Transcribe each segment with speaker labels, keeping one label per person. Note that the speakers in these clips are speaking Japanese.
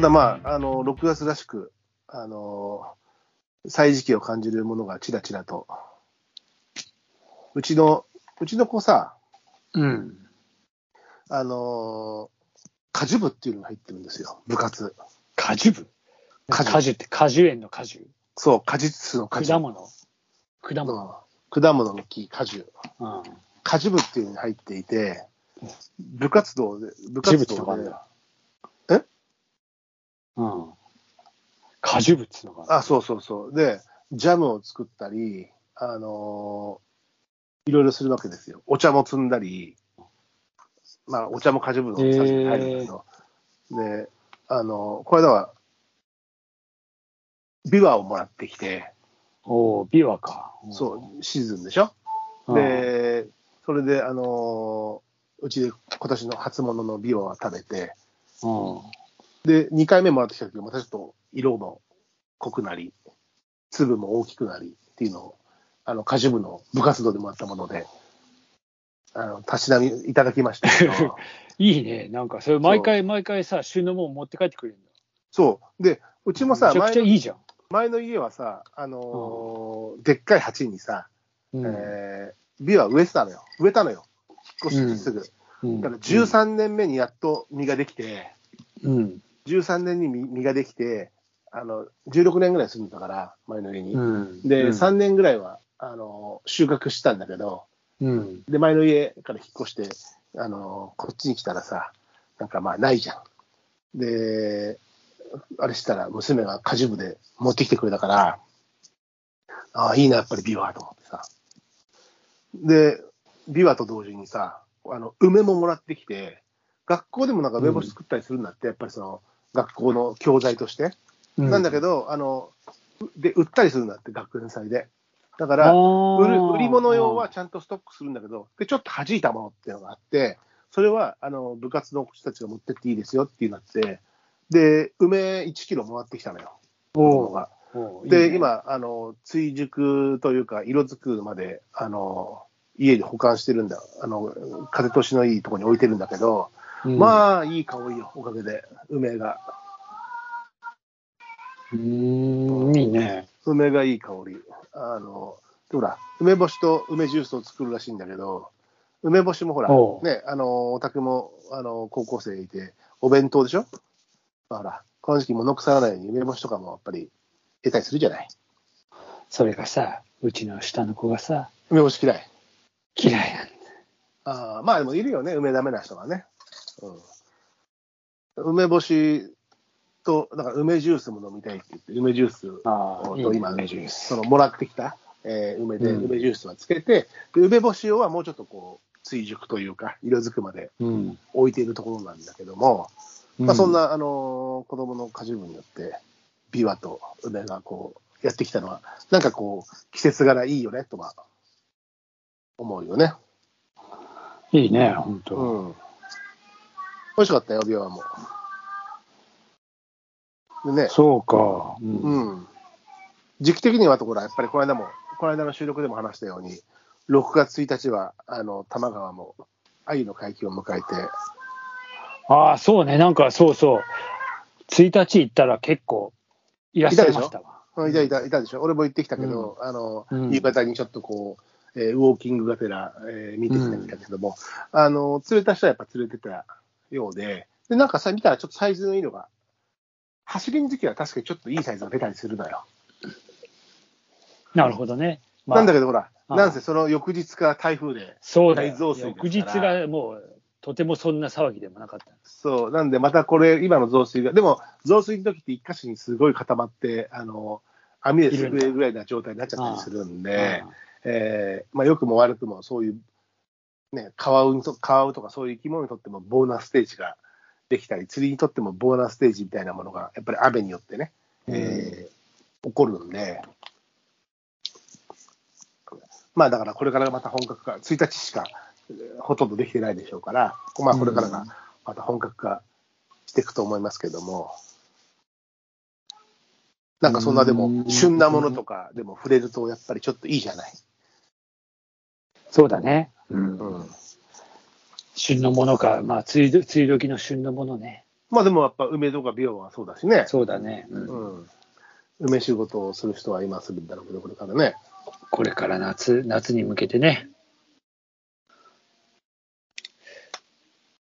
Speaker 1: だまあ、あの、6月らしく、あの、歳時期を感じるものがちらちらと。うちの、うちの子さ、
Speaker 2: うん。
Speaker 1: あの、果樹部っていうのが入ってるんですよ、部活。
Speaker 2: 果樹部
Speaker 1: 果
Speaker 2: 果
Speaker 1: 樹
Speaker 2: 樹って果樹園の果樹。
Speaker 1: そう、果実の果樹。
Speaker 2: 果物。果物。
Speaker 1: うん果物の木、果樹。
Speaker 2: うん。
Speaker 1: 果樹部っていうのに入っていて、部活動で、部
Speaker 2: 果樹
Speaker 1: 活
Speaker 2: 物とかあ
Speaker 1: 動
Speaker 2: るん
Speaker 1: で、
Speaker 2: だ。
Speaker 1: え
Speaker 2: うん。果樹物とかある。
Speaker 1: あ、そうそうそう。で、ジャムを作ったり、あのーいろいろするわけですよ。お茶も積んだり、まあ、お茶も果樹部の産地に入るんだけど、で、あのーこれだは、ビワをもらってきて、
Speaker 2: おー、ビワか。
Speaker 1: そう、シーズンでしょ
Speaker 2: うん。
Speaker 1: で、それで、あのーうちで今年の初物のビワは食べて、
Speaker 2: うん。
Speaker 1: で、2回目もらってきた時またちょっと色も濃くなり、粒も大きくなりっていうのを、あの、果樹部の部活動でもらったもので、あの、たしなみいただきま したけど。
Speaker 2: いいね。なんか、それ毎回毎回さ、旬のもん持って帰ってくれるんだ。
Speaker 1: そう。で、うちもさ、
Speaker 2: めちゃく
Speaker 1: 前
Speaker 2: ちゃ
Speaker 1: の
Speaker 2: いいじゃん。
Speaker 1: 前の家はさ、あのーでっかい鉢にさ、
Speaker 2: うん
Speaker 1: えー、ビワ植えてたのよ。植えたのよ。引っ越してすぐ。
Speaker 2: うん
Speaker 1: だから13年目にやっと実ができて、
Speaker 2: うん。
Speaker 1: 13年に実実ができて、あの、16年ぐらい住んでたから、前の家に。
Speaker 2: うん
Speaker 1: で、
Speaker 2: うん
Speaker 1: 3年ぐらいはあの収穫したんだけど、
Speaker 2: うん。
Speaker 1: で、前の家から引っ越して、あのこっちに来たらさ、なんかまあないじゃん。で、あれしたら娘が果樹部で持ってきてくれたから、ああ、いいな、やっぱりビワと思ってさ。で、ビワと同時にさ、あの梅ももらってきて、学校でもなんか梅干し作ったりするんだって、やっぱりその学校の教材として。なんだけ
Speaker 2: ど、
Speaker 1: ど、あの、うで、売ったりするんだって、学園祭で。だか
Speaker 2: あ
Speaker 1: ら、
Speaker 2: ー
Speaker 1: 売る売り物用はちゃんとストックするんだけど、で、ちょっと弾いたものっていうのがあって、それは、あの、部活の子たちが持ってっていいですよっていうなって、で、梅1キロもらってきたのよ、子供
Speaker 2: おー
Speaker 1: が。
Speaker 2: おーいい
Speaker 1: で、
Speaker 2: ね
Speaker 1: 今、あの、追熟というか、色づくまで、あの、家で保管してるんだ。あの、風通しのいいところに置いてるんだけど、
Speaker 2: うん
Speaker 1: まあ、いい香りよ、おかげで、梅が。
Speaker 2: うーんいいね。
Speaker 1: 梅がいい香り。あの、でほら、梅干しと梅ジュースを作るらしいんだけど、梅干しもほら
Speaker 2: お、う
Speaker 1: ね、あの、お宅も、あの、高校生いて、お弁当でしょまあほら、この時期物腐らないように梅干しとかもやっぱり得たりするじゃない
Speaker 2: それがさ、うちの下の子がさ、
Speaker 1: 梅干し嫌い。
Speaker 2: 嫌いなんだ。
Speaker 1: あーまあでもいるよね、梅ダメな人がね。うん。梅干しと、だから梅ジュースも飲みたいって言って、梅ジュース
Speaker 2: あ
Speaker 1: と
Speaker 2: あ、いいね
Speaker 1: 今
Speaker 2: 梅ジュース
Speaker 1: そのもらってきた、えー梅で、
Speaker 2: うん
Speaker 1: 梅ジュースはつけて、で梅干しをはもうちょっとこう、追熟というか、色づくまで
Speaker 2: うん。
Speaker 1: 置いているところなんだけども、まあ、そんな、あのー子供の果樹部によって、ビワと梅がこう、やってきたのは、なんかこう、季節柄いいよね、とは、思うよね。
Speaker 2: うん。いいね、本当、
Speaker 1: うん。美味しかったよ、ビワも。でね、
Speaker 2: そうか。う。
Speaker 1: うんん。時期的にはところは、やっぱりこの間も、この間の収録でも話したように、6月1日は、あの、多摩川も、鮎の会期を迎えて、
Speaker 2: ああ、そうね、なんかそうそう。1日行ったら結構いらっしゃいましたわ。
Speaker 1: うんいたいた、いたでしょ俺も行ってきたけど、あの、
Speaker 2: うん
Speaker 1: 夕方にちょっとこう、えーウォーキングがてら、えー見てきたんだけども、あの、釣れた人はやっぱ釣れてたようで、で、なんかさ、見たらちょっとサイズのいいのが、走りの時は確かにちょっといいサイズが出たりするのよ。
Speaker 2: なるほどね。
Speaker 1: なんだけ
Speaker 2: けど
Speaker 1: どほら、
Speaker 2: ああ
Speaker 1: なんせその翌日から台風で、
Speaker 2: そうだ
Speaker 1: 大増
Speaker 2: よ
Speaker 1: 水ですから
Speaker 2: 翌日がもう、とてもそんな騒ぎでもなかった。
Speaker 1: そう、なんでまたこれ、今の増水が、でも増水の時って一箇所にすごい固まって、あの網ですくえるぐらいな状態になっちゃったりするんで、えーまあ、良くも悪くもそういう、ね、カワウにとカワウとかそういう生き物にとってもボーナスステージができたり、釣りにとってもボーナスステージみたいなものが、やっぱり雨によってね、えー起こるんで、まあだからこれからまた本格化、1日しかえーほとんどできてないでしょうから、まあこれからがまた本格化していくと思いますけども、なんかそんなで
Speaker 2: う
Speaker 1: も、
Speaker 2: ん
Speaker 1: 旬なものとかでも触れるとやっぱりちょっといいじゃない。
Speaker 2: そうだね。
Speaker 1: うん
Speaker 2: 旬のものか、まあ、梅雨ど梅雨時の旬のものね。
Speaker 1: まあでもやっぱ梅とか美容はそうだしね。
Speaker 2: そうだね、うん
Speaker 1: うん。梅仕事をする人は今するんだろうけど、これからね。
Speaker 2: これから夏、夏に向けてね。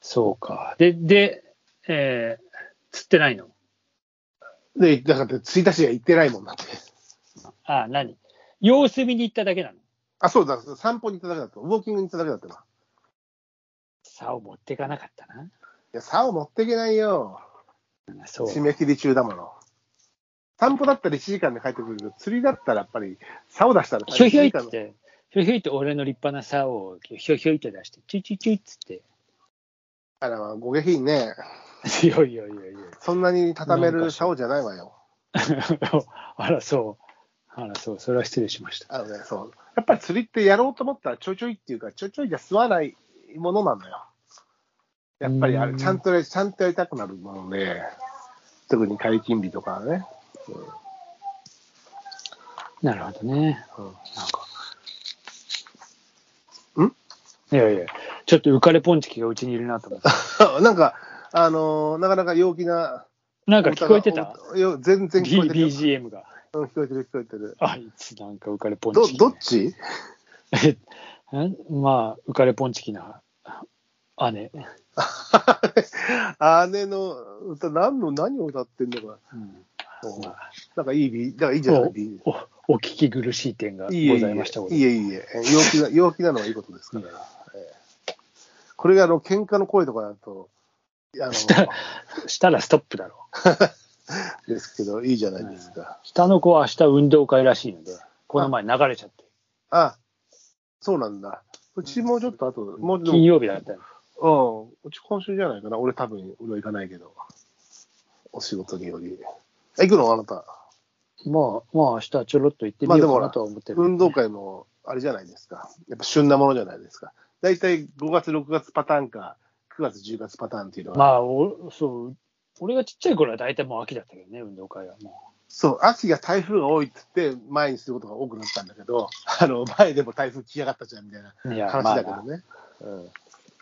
Speaker 2: そうか。で、で、えー、釣ってないの
Speaker 1: で、だから1日は行ってないもんだって。
Speaker 2: ああ、何様子見に行っただけなの。
Speaker 1: あ、そうだ、散歩に行っただけだった。ウォーキングに行っただけだったな。い
Speaker 2: 竿持っていかなかったな。
Speaker 1: や、竿持っていけないよ。
Speaker 2: そう。
Speaker 1: 締め切り中だもの。散歩だったら1時間で帰ってくるけど、釣りだったらやっぱり、竿出したら、
Speaker 2: ひょひょい
Speaker 1: 1
Speaker 2: っ
Speaker 1: 時間
Speaker 2: て、ひょひょいって俺の立派な竿をひょひょいって出して、チュイチュイチュイっつって。
Speaker 1: あら、ご下品ね。
Speaker 2: いやいやいやい
Speaker 1: そんなに畳める竿じゃないわよ。
Speaker 2: や。 あら、そう。あら、そう。それは失礼しました。
Speaker 1: あのね、そう。やっぱり釣りってやろうと思ったらちょいちょいっていうか、ちょいちょいじゃ吸わないものなんだよ。やっぱりあ
Speaker 2: う
Speaker 1: れ、
Speaker 2: ん
Speaker 1: ちゃんとね、ちゃんとやりたくなるもので、特に解禁日とかはね。
Speaker 2: なるほどね。
Speaker 1: うん
Speaker 2: なんか。
Speaker 1: ん
Speaker 2: いやいや、ちょっと浮かれポンチキがうちにいるなと思って。
Speaker 1: なんか、あのーなかなか陽気な。
Speaker 2: なんか聞こえてた
Speaker 1: おおよ全然聞こえてるよ。
Speaker 2: ?BGM が。
Speaker 1: うん聞こえてる、聞こえてる。
Speaker 2: あいつなんか浮かれポン
Speaker 1: ど
Speaker 2: チキ、
Speaker 1: どっち
Speaker 2: えまあ、浮かれポンチキな姉。
Speaker 1: 姉の歌、何の、何を歌ってんのかな。
Speaker 2: うん
Speaker 1: そう
Speaker 2: まあ
Speaker 1: なんかいいビだからいいじゃない、ビ
Speaker 2: おおお聞き苦しい点が
Speaker 1: いいえ
Speaker 2: ございましたこと
Speaker 1: いえいえ、陽気な、陽気なのはいいことですから。ええこれがあの喧嘩の声とかだと、あ
Speaker 2: した
Speaker 1: の、
Speaker 2: したらストップだろう。
Speaker 1: ですけど、いいじゃないですか。
Speaker 2: 下の子 は明日運動会らしいので、この前流れちゃって、
Speaker 1: あ、そうなんだ。うちもちょっとあと、もうち
Speaker 2: 金
Speaker 1: ょっ
Speaker 2: 曜日だったの。
Speaker 1: と、うん、うち今週じゃないかな。俺多分、俺は行かないけど。お仕事により。あ行くのあなた。
Speaker 2: まあ、まあ明日ちょろっと行ってみようかなとは思ってる。
Speaker 1: 運動会も、あれじゃないですか。やっぱ旬なものじゃないですか。大体5月、6月パターンか、9月、10月パターンっていうのは。
Speaker 2: まあお、そう、俺がちっちゃい頃は大体もう秋だったけどね、運動会はも
Speaker 1: そう、秋が台風が多いって言って、前にすることが多くなったんだけど、 あの前でも台風来やがったじゃんみたいな
Speaker 2: う。いや、
Speaker 1: 話
Speaker 2: まあ
Speaker 1: だけ
Speaker 2: な、
Speaker 1: どね。うん、
Speaker 2: い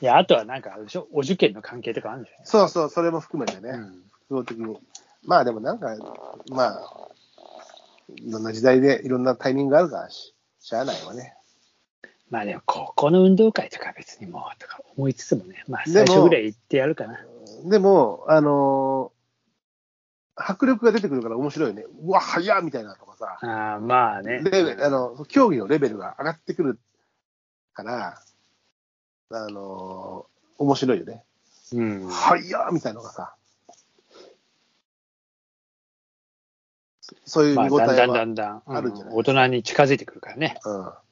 Speaker 2: や、あとはなんかあれでしょ、お受験の関係とかあるんじゃ
Speaker 1: そうそう、それも含めてね、
Speaker 2: ない、うん
Speaker 1: 複合的に。まあでもなんか、まあ、いろんな時代でいろんなタイミングがあるからし、しゃあないわね。
Speaker 2: まあでも、ここの運動会とか別にもうとか思いつつもね、まあ
Speaker 1: で
Speaker 2: 最
Speaker 1: も
Speaker 2: 初ぐらい行ってやるかな。
Speaker 1: でも、あのー迫力が出てくるから面白いよね。うわ、早っみたいなとかさ。
Speaker 2: ああまあね。
Speaker 1: レベあの競技のレベルが上がってくるから、あのー面白いよね。
Speaker 2: うん、
Speaker 1: はいやーみたいなのがさ、そそういう
Speaker 2: ま
Speaker 1: 見
Speaker 2: あ、
Speaker 1: 応え
Speaker 2: だんだ
Speaker 1: は
Speaker 2: んだ、んだん、
Speaker 1: あるんじゃない
Speaker 2: うん大人に近づいてくるからね。
Speaker 1: うん。だか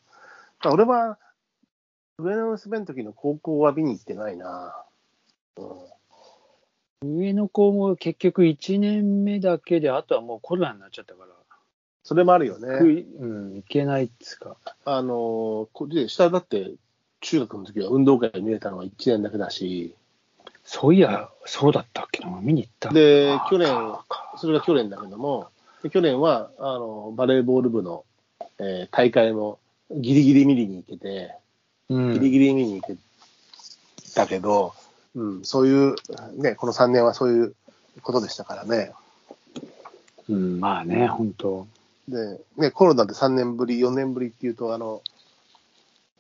Speaker 1: ら俺は、上の娘の時の高校は見に行ってないな。うん、
Speaker 2: 上の子も結局1年目だけで、あとはもうコロナになっちゃったから、
Speaker 1: それもあるよ
Speaker 2: く
Speaker 1: ね。
Speaker 2: いうん、いけないっつうか。
Speaker 1: あのーこで下だって、中学の時は運動会見れたのは1年だけだし、
Speaker 2: そういや、そうだったっけな、見に行った。
Speaker 1: で
Speaker 2: あー
Speaker 1: 去年
Speaker 2: かか
Speaker 1: それが去年だけども、で去年はあのバレーボール部の、えー大会もギリギリ見に行けて、
Speaker 2: う
Speaker 1: ギリ
Speaker 2: ん、
Speaker 1: ギリ見に行けたけど、うん、そういう、ね、この3年はそういうことでしたからね。
Speaker 2: うん、まあね、本当
Speaker 1: で、ね、コロナで3年ぶり、4年ぶりっていうと、あの、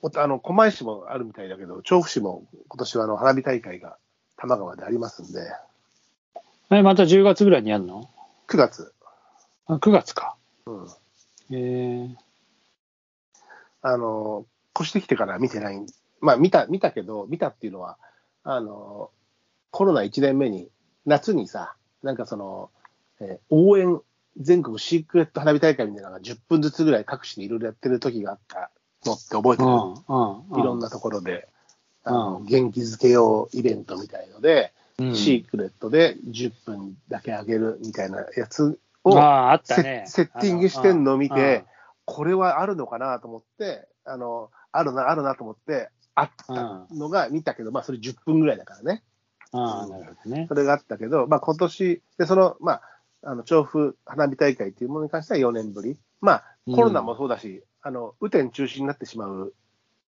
Speaker 1: おあの、狛江市もあるみたいだけど、調布市も今年はあの花火大会が多摩川でありますんで、
Speaker 2: え、また10月ぐらいにやるの
Speaker 1: 9月、
Speaker 2: あ ?9 月か。
Speaker 1: うん、
Speaker 2: えー、
Speaker 1: あの、越してきてから見てない、まあ見た、見たけど、見たっていうのは、あの、コロナ1年目に、夏にさ、なんかその、えー応援、全国シークレット花火大会みたいなのが10分ずつぐらい各地でいろいろやってる時があったのって覚えて
Speaker 2: う
Speaker 1: る、
Speaker 2: ん、うん、うん。
Speaker 1: いろんなところで、あの
Speaker 2: うん
Speaker 1: 元気づけようイベントみたいので、
Speaker 2: うん
Speaker 1: シークレットで10分だけあげるみたいなやつを、
Speaker 2: ああー、あったね。
Speaker 1: セセッティングしてんの見て
Speaker 2: あ
Speaker 1: これはあるのかなと思って、あの、あるな、あるなと思って、あったのが見たけど、まあそれ10分ぐらいだからね。
Speaker 2: あー、なるほどね。
Speaker 1: それがあったけど、まあ今年、で、その、まあ、あの、調布花火大会っていうものに関しては4年ぶり。まあ、コロナもそうだし、あの、雨天中止になってしまう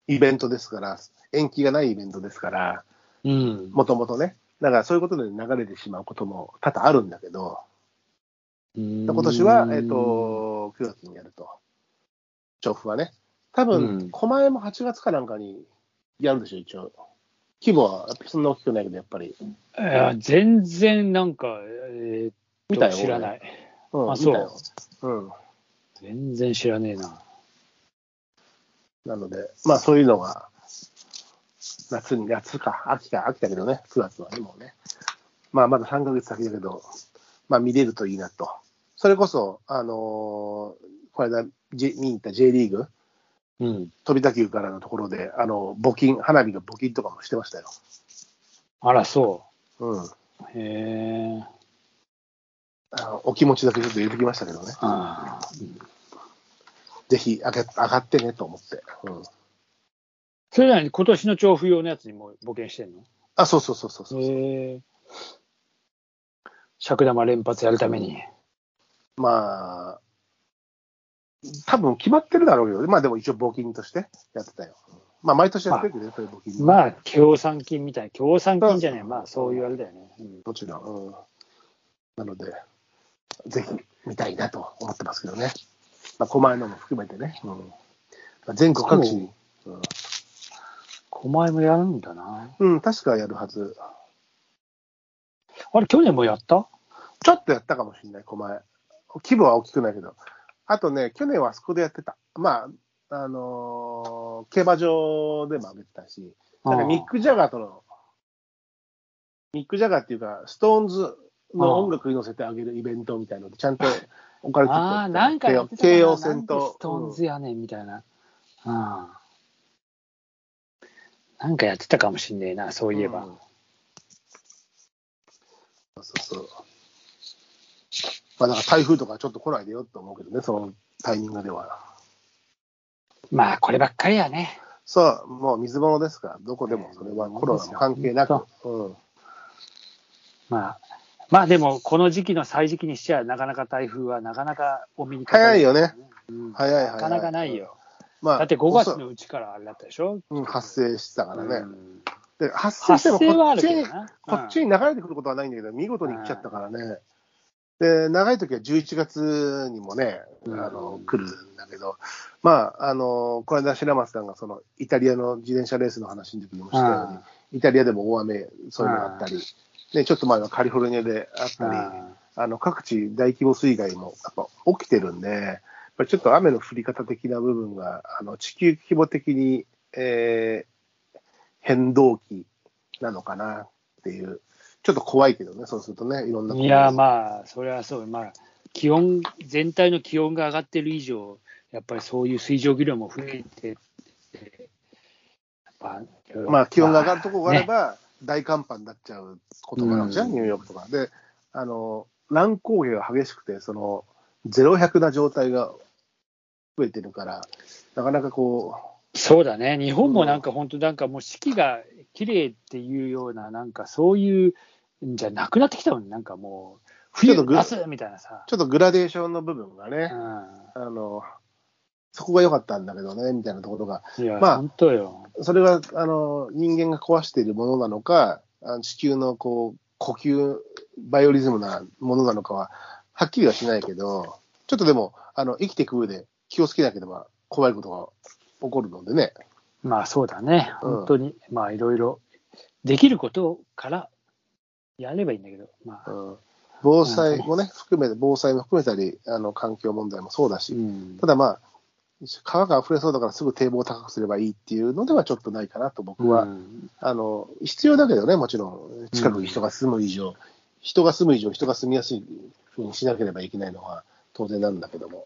Speaker 1: イベントですから、延期がないイベントですから、
Speaker 2: うん。
Speaker 1: もともとね。だからそういうことで流れてしまうことも多々あるんだけど、
Speaker 2: 今
Speaker 1: 今年は、えっ、、と、9月にやると。調布はね。多
Speaker 2: う
Speaker 1: 分
Speaker 2: ん、
Speaker 1: 狛江も8月かなんかにやるでしょ、一応。規模はそんな大きくないけど、やっぱり。
Speaker 2: いや全然なんか、えーっと
Speaker 1: 見たよ
Speaker 2: 知らない。
Speaker 1: うん、
Speaker 2: あそう
Speaker 1: 見たようん。
Speaker 2: 全然知らねえな。
Speaker 1: なので、まあそういうのが、夏に、夏か、秋か、秋だけどね、9月はね、もうね。まあまだ3ヶ月先だけど、まあ見れるといいなと。それこそ、あのーこれだ、J- 見に行った J リーグ、
Speaker 2: うん。
Speaker 1: 飛び田球からのところで、あの、募金、花火の募金とかもしてましたよ。
Speaker 2: あら、そ
Speaker 1: うん。
Speaker 2: う。へえ。
Speaker 1: あのお気持ちだけちょっと入れてきましたけどね。
Speaker 2: ああ
Speaker 1: ぜひ上げ、上がってねと思って。うん。
Speaker 2: それなのに今年の調布用のやつにも募金してんの
Speaker 1: あ、そうそうそうそうそう。
Speaker 2: へえ。尺玉連発やるために。
Speaker 1: まあ、多分決まってるだろうけど、まあでも一応募金としてやってたよ。まあ毎年やってるけどね、そういう募金。
Speaker 2: まあ、協賛金みたいな、協賛金じゃない、まあ、そういうあれだよね。うん
Speaker 1: もちろん。うんなので、ぜひ見たいなと思ってますけどね。まあ、狛江のも含めてね。うんまあ全国各地に、うん
Speaker 2: 狛江もやるんだな。
Speaker 1: うん、確かやるはず。
Speaker 2: あれ、去年もやった
Speaker 1: ちょっとやったかもしれない、狛江。規模は大きくないけど。あとね、去年はあそこでやってた。まあ、あのー競馬場でもあげてたし、なんかミック・ジャガーとの、ミック・ジャガーっていうか、ストーンズの音楽に乗せてあげるイベントみたいので、ちゃんとお金取って
Speaker 2: ああー、なんかやってたな
Speaker 1: 京王線
Speaker 2: なんで
Speaker 1: と
Speaker 2: ス、トーンズやねんみたいな。ああ。なんかやってたかもしんねえな、そういえば。
Speaker 1: うんそうそうそう。まあ、なんか台風とかちょっと来ないでよと思うけどね、そのタイミングでは。
Speaker 2: まあ、こればっかりやね。
Speaker 1: そう、もう水物ですから、どこでも、それはコロナも関係なく。うん、
Speaker 2: まあ、まあでも、この時期の最時期にしちゃ、なかなか台風はなかなかお見にかか
Speaker 1: 早
Speaker 2: る
Speaker 1: いよね。
Speaker 2: うん
Speaker 1: 早い早い。
Speaker 2: なかなかないよ。
Speaker 1: まあ。
Speaker 2: だって5月
Speaker 1: 遅
Speaker 2: のうちからあれだったでしょ、
Speaker 1: いうん発生してたからね。
Speaker 2: うん
Speaker 1: で発生して
Speaker 2: 発
Speaker 1: も
Speaker 2: 生は
Speaker 1: こ
Speaker 2: あ
Speaker 1: っ
Speaker 2: る
Speaker 1: ち
Speaker 2: けど
Speaker 1: に、
Speaker 2: な。
Speaker 1: こっち
Speaker 2: うん
Speaker 1: に流れてくることはないんだけど、見事に来ちゃったからね。で、長い時は11月にもね、あの、
Speaker 2: うん
Speaker 1: 来るんだけど、まあ、あの、この間白松さんがその、イタリアの自転車レースの話の時にもしたように、イタリアでも大雨、そういうのがあったり、ね、ちょっと前はカリフォルニアであったり、あの各地大規模水害もやっぱ起きてるんで、やっぱりちょっと雨の降り方的な部分が、あの地球規模的に、えー変動期なのかなっていう、ちょっと怖いけどね、そうするとね、いろんな
Speaker 2: うんいや、
Speaker 1: あ、
Speaker 2: まあ、それはそう、まあ、気温、全体の気温が上がってる以上、やっぱりそういう水蒸気量も増えてって、やっぱ、いろいろ
Speaker 1: まあ、気温が上がるところがあれ、
Speaker 2: ま
Speaker 1: ば、大寒波になっちゃうことがあるじゃん、
Speaker 2: うん
Speaker 1: ニューヨークとか。で、あの乱高下が激しくて、その0、100な状態が増えてるから、なかなかこう、
Speaker 2: あそうだね、日本もなんか本当、なんかもう四季が綺麗っていうような、なんかそういうんじゃなくなってきたのに、なんかもう、
Speaker 1: ちょっ
Speaker 2: 冬
Speaker 1: とぐ
Speaker 2: 出すみたいなさ。
Speaker 1: ちょっとグラデーションの部分がね、
Speaker 2: う
Speaker 1: あの、そこが良かったんだけどね、みたいなところが、
Speaker 2: ん、いや、
Speaker 1: まあ
Speaker 2: 本当よ。
Speaker 1: それが、あの、人間が壊しているものなのか、あの地球のこう、呼吸、バイオリズムなものなのかは、はっきりはしないけど、ちょっとでも、あの、生きていく上で気をつけなければ怖いことが起こるのでね。
Speaker 2: まあそうだね、
Speaker 1: うん
Speaker 2: 本当に、まあいろいろ、できることからやればいいんだけど、まあ、
Speaker 1: うん。防災もね、含めて、防災も含めたり、あの、環境問題もそうだし、
Speaker 2: うん
Speaker 1: ただまあ、川が溢れそうだからすぐ堤防を高くすればいいっていうのではちょっとないかなと僕は
Speaker 2: うん
Speaker 1: あの必要だけどね、もちろん、近くに人が住む以上、人が住む以上、人が住みやすいふうにしなければいけないのは当然なんだけども、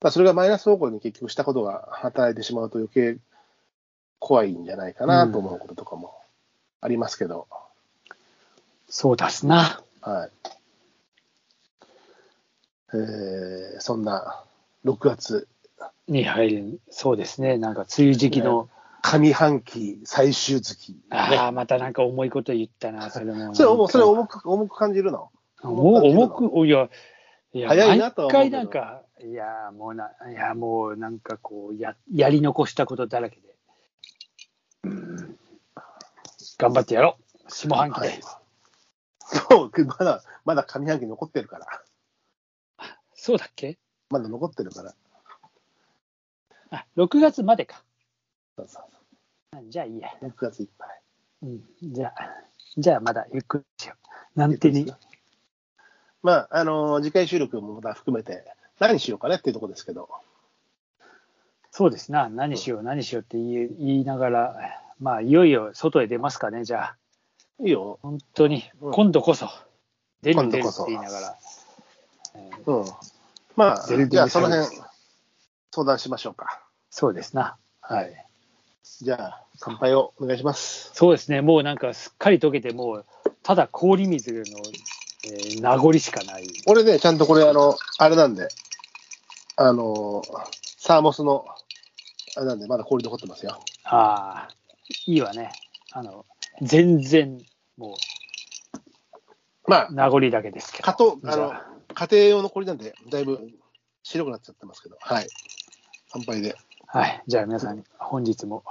Speaker 1: まあ、それがマイナス方向に結局したことが働いてしまうと、余計怖いんじゃないかなと思うこととかもありますけど、
Speaker 2: そうだすな。
Speaker 1: はいえーそんな6月、
Speaker 2: に入る、そうですね、なんか梅雨時期の、
Speaker 1: 上半期最終月、ね
Speaker 2: ああ、またなんか重いこと言ったな、それも。
Speaker 1: それ重それ重く重く感じるの
Speaker 2: 重重く、いや、いや
Speaker 1: 早いなとは思うけ
Speaker 2: 毎回
Speaker 1: ど
Speaker 2: なんか、いや、もうな、いや、もうなんかこう、ややり残したことだらけで、うん頑張ってやろう。下半期です、
Speaker 1: そう、まだ、まだ上半期残ってるから。
Speaker 2: そうだっけ
Speaker 1: まだ残ってるから。
Speaker 2: あ6月までか。
Speaker 1: そうそう
Speaker 2: あじゃあいいや。
Speaker 1: そう。6月いっぱい。
Speaker 2: うん、じゃあ、じゃあまだゆっくりしよう。なんてに。
Speaker 1: まあ、あのー次回収録もまた含めて、何しようかねっていうところですけど、
Speaker 2: そうですな。何しよう、何しようって言い言いながら、まあ、いよいよ外へ出ますかね、じゃあ。
Speaker 1: いいよ。
Speaker 2: 本当に、
Speaker 1: うん
Speaker 2: 今度こそ、出る
Speaker 1: 今
Speaker 2: 出
Speaker 1: 度
Speaker 2: る
Speaker 1: こ
Speaker 2: って
Speaker 1: そ
Speaker 2: 言いながら。えー
Speaker 1: うん。まあ、
Speaker 2: 全然
Speaker 1: じゃあその
Speaker 2: そ
Speaker 1: 辺、相談しましょうか。
Speaker 2: そうですな。はい。
Speaker 1: じゃあ、乾杯をお願いします。
Speaker 2: そうですね。もうなんかすっかり溶けて、もう、ただ氷水の、えー名残しかない。
Speaker 1: 俺ね、ちゃんとこれ、あの、あれなんで、あのーサーモスの、あれなんで、まだ氷残ってますよ。
Speaker 2: ああ、いいわね。あの、全然、も
Speaker 1: まあ
Speaker 2: う、、名残だけですけど。
Speaker 1: 加藤、あ
Speaker 2: じ
Speaker 1: の
Speaker 2: ゃあ、
Speaker 1: 家庭用の氷なんで、だいぶ白くなっちゃってますけど、はい。乾杯で。
Speaker 2: はい。じゃあ皆さん、本日も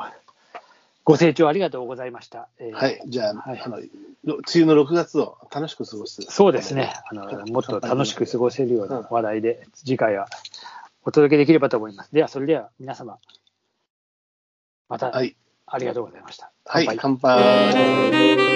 Speaker 2: ご清聴ありがとうございました。えー
Speaker 1: はい。じゃあ、
Speaker 2: はい
Speaker 1: あの、梅雨の6月を楽しく過ごす。
Speaker 2: そうですね。あの、もっと楽しく過ごせるよう
Speaker 1: うん
Speaker 2: な話題で、次回はお届けできればと思います。では、それでは皆様、また
Speaker 1: はい。
Speaker 2: ありがとうございました。
Speaker 1: はい。
Speaker 2: 乾杯
Speaker 1: 乾杯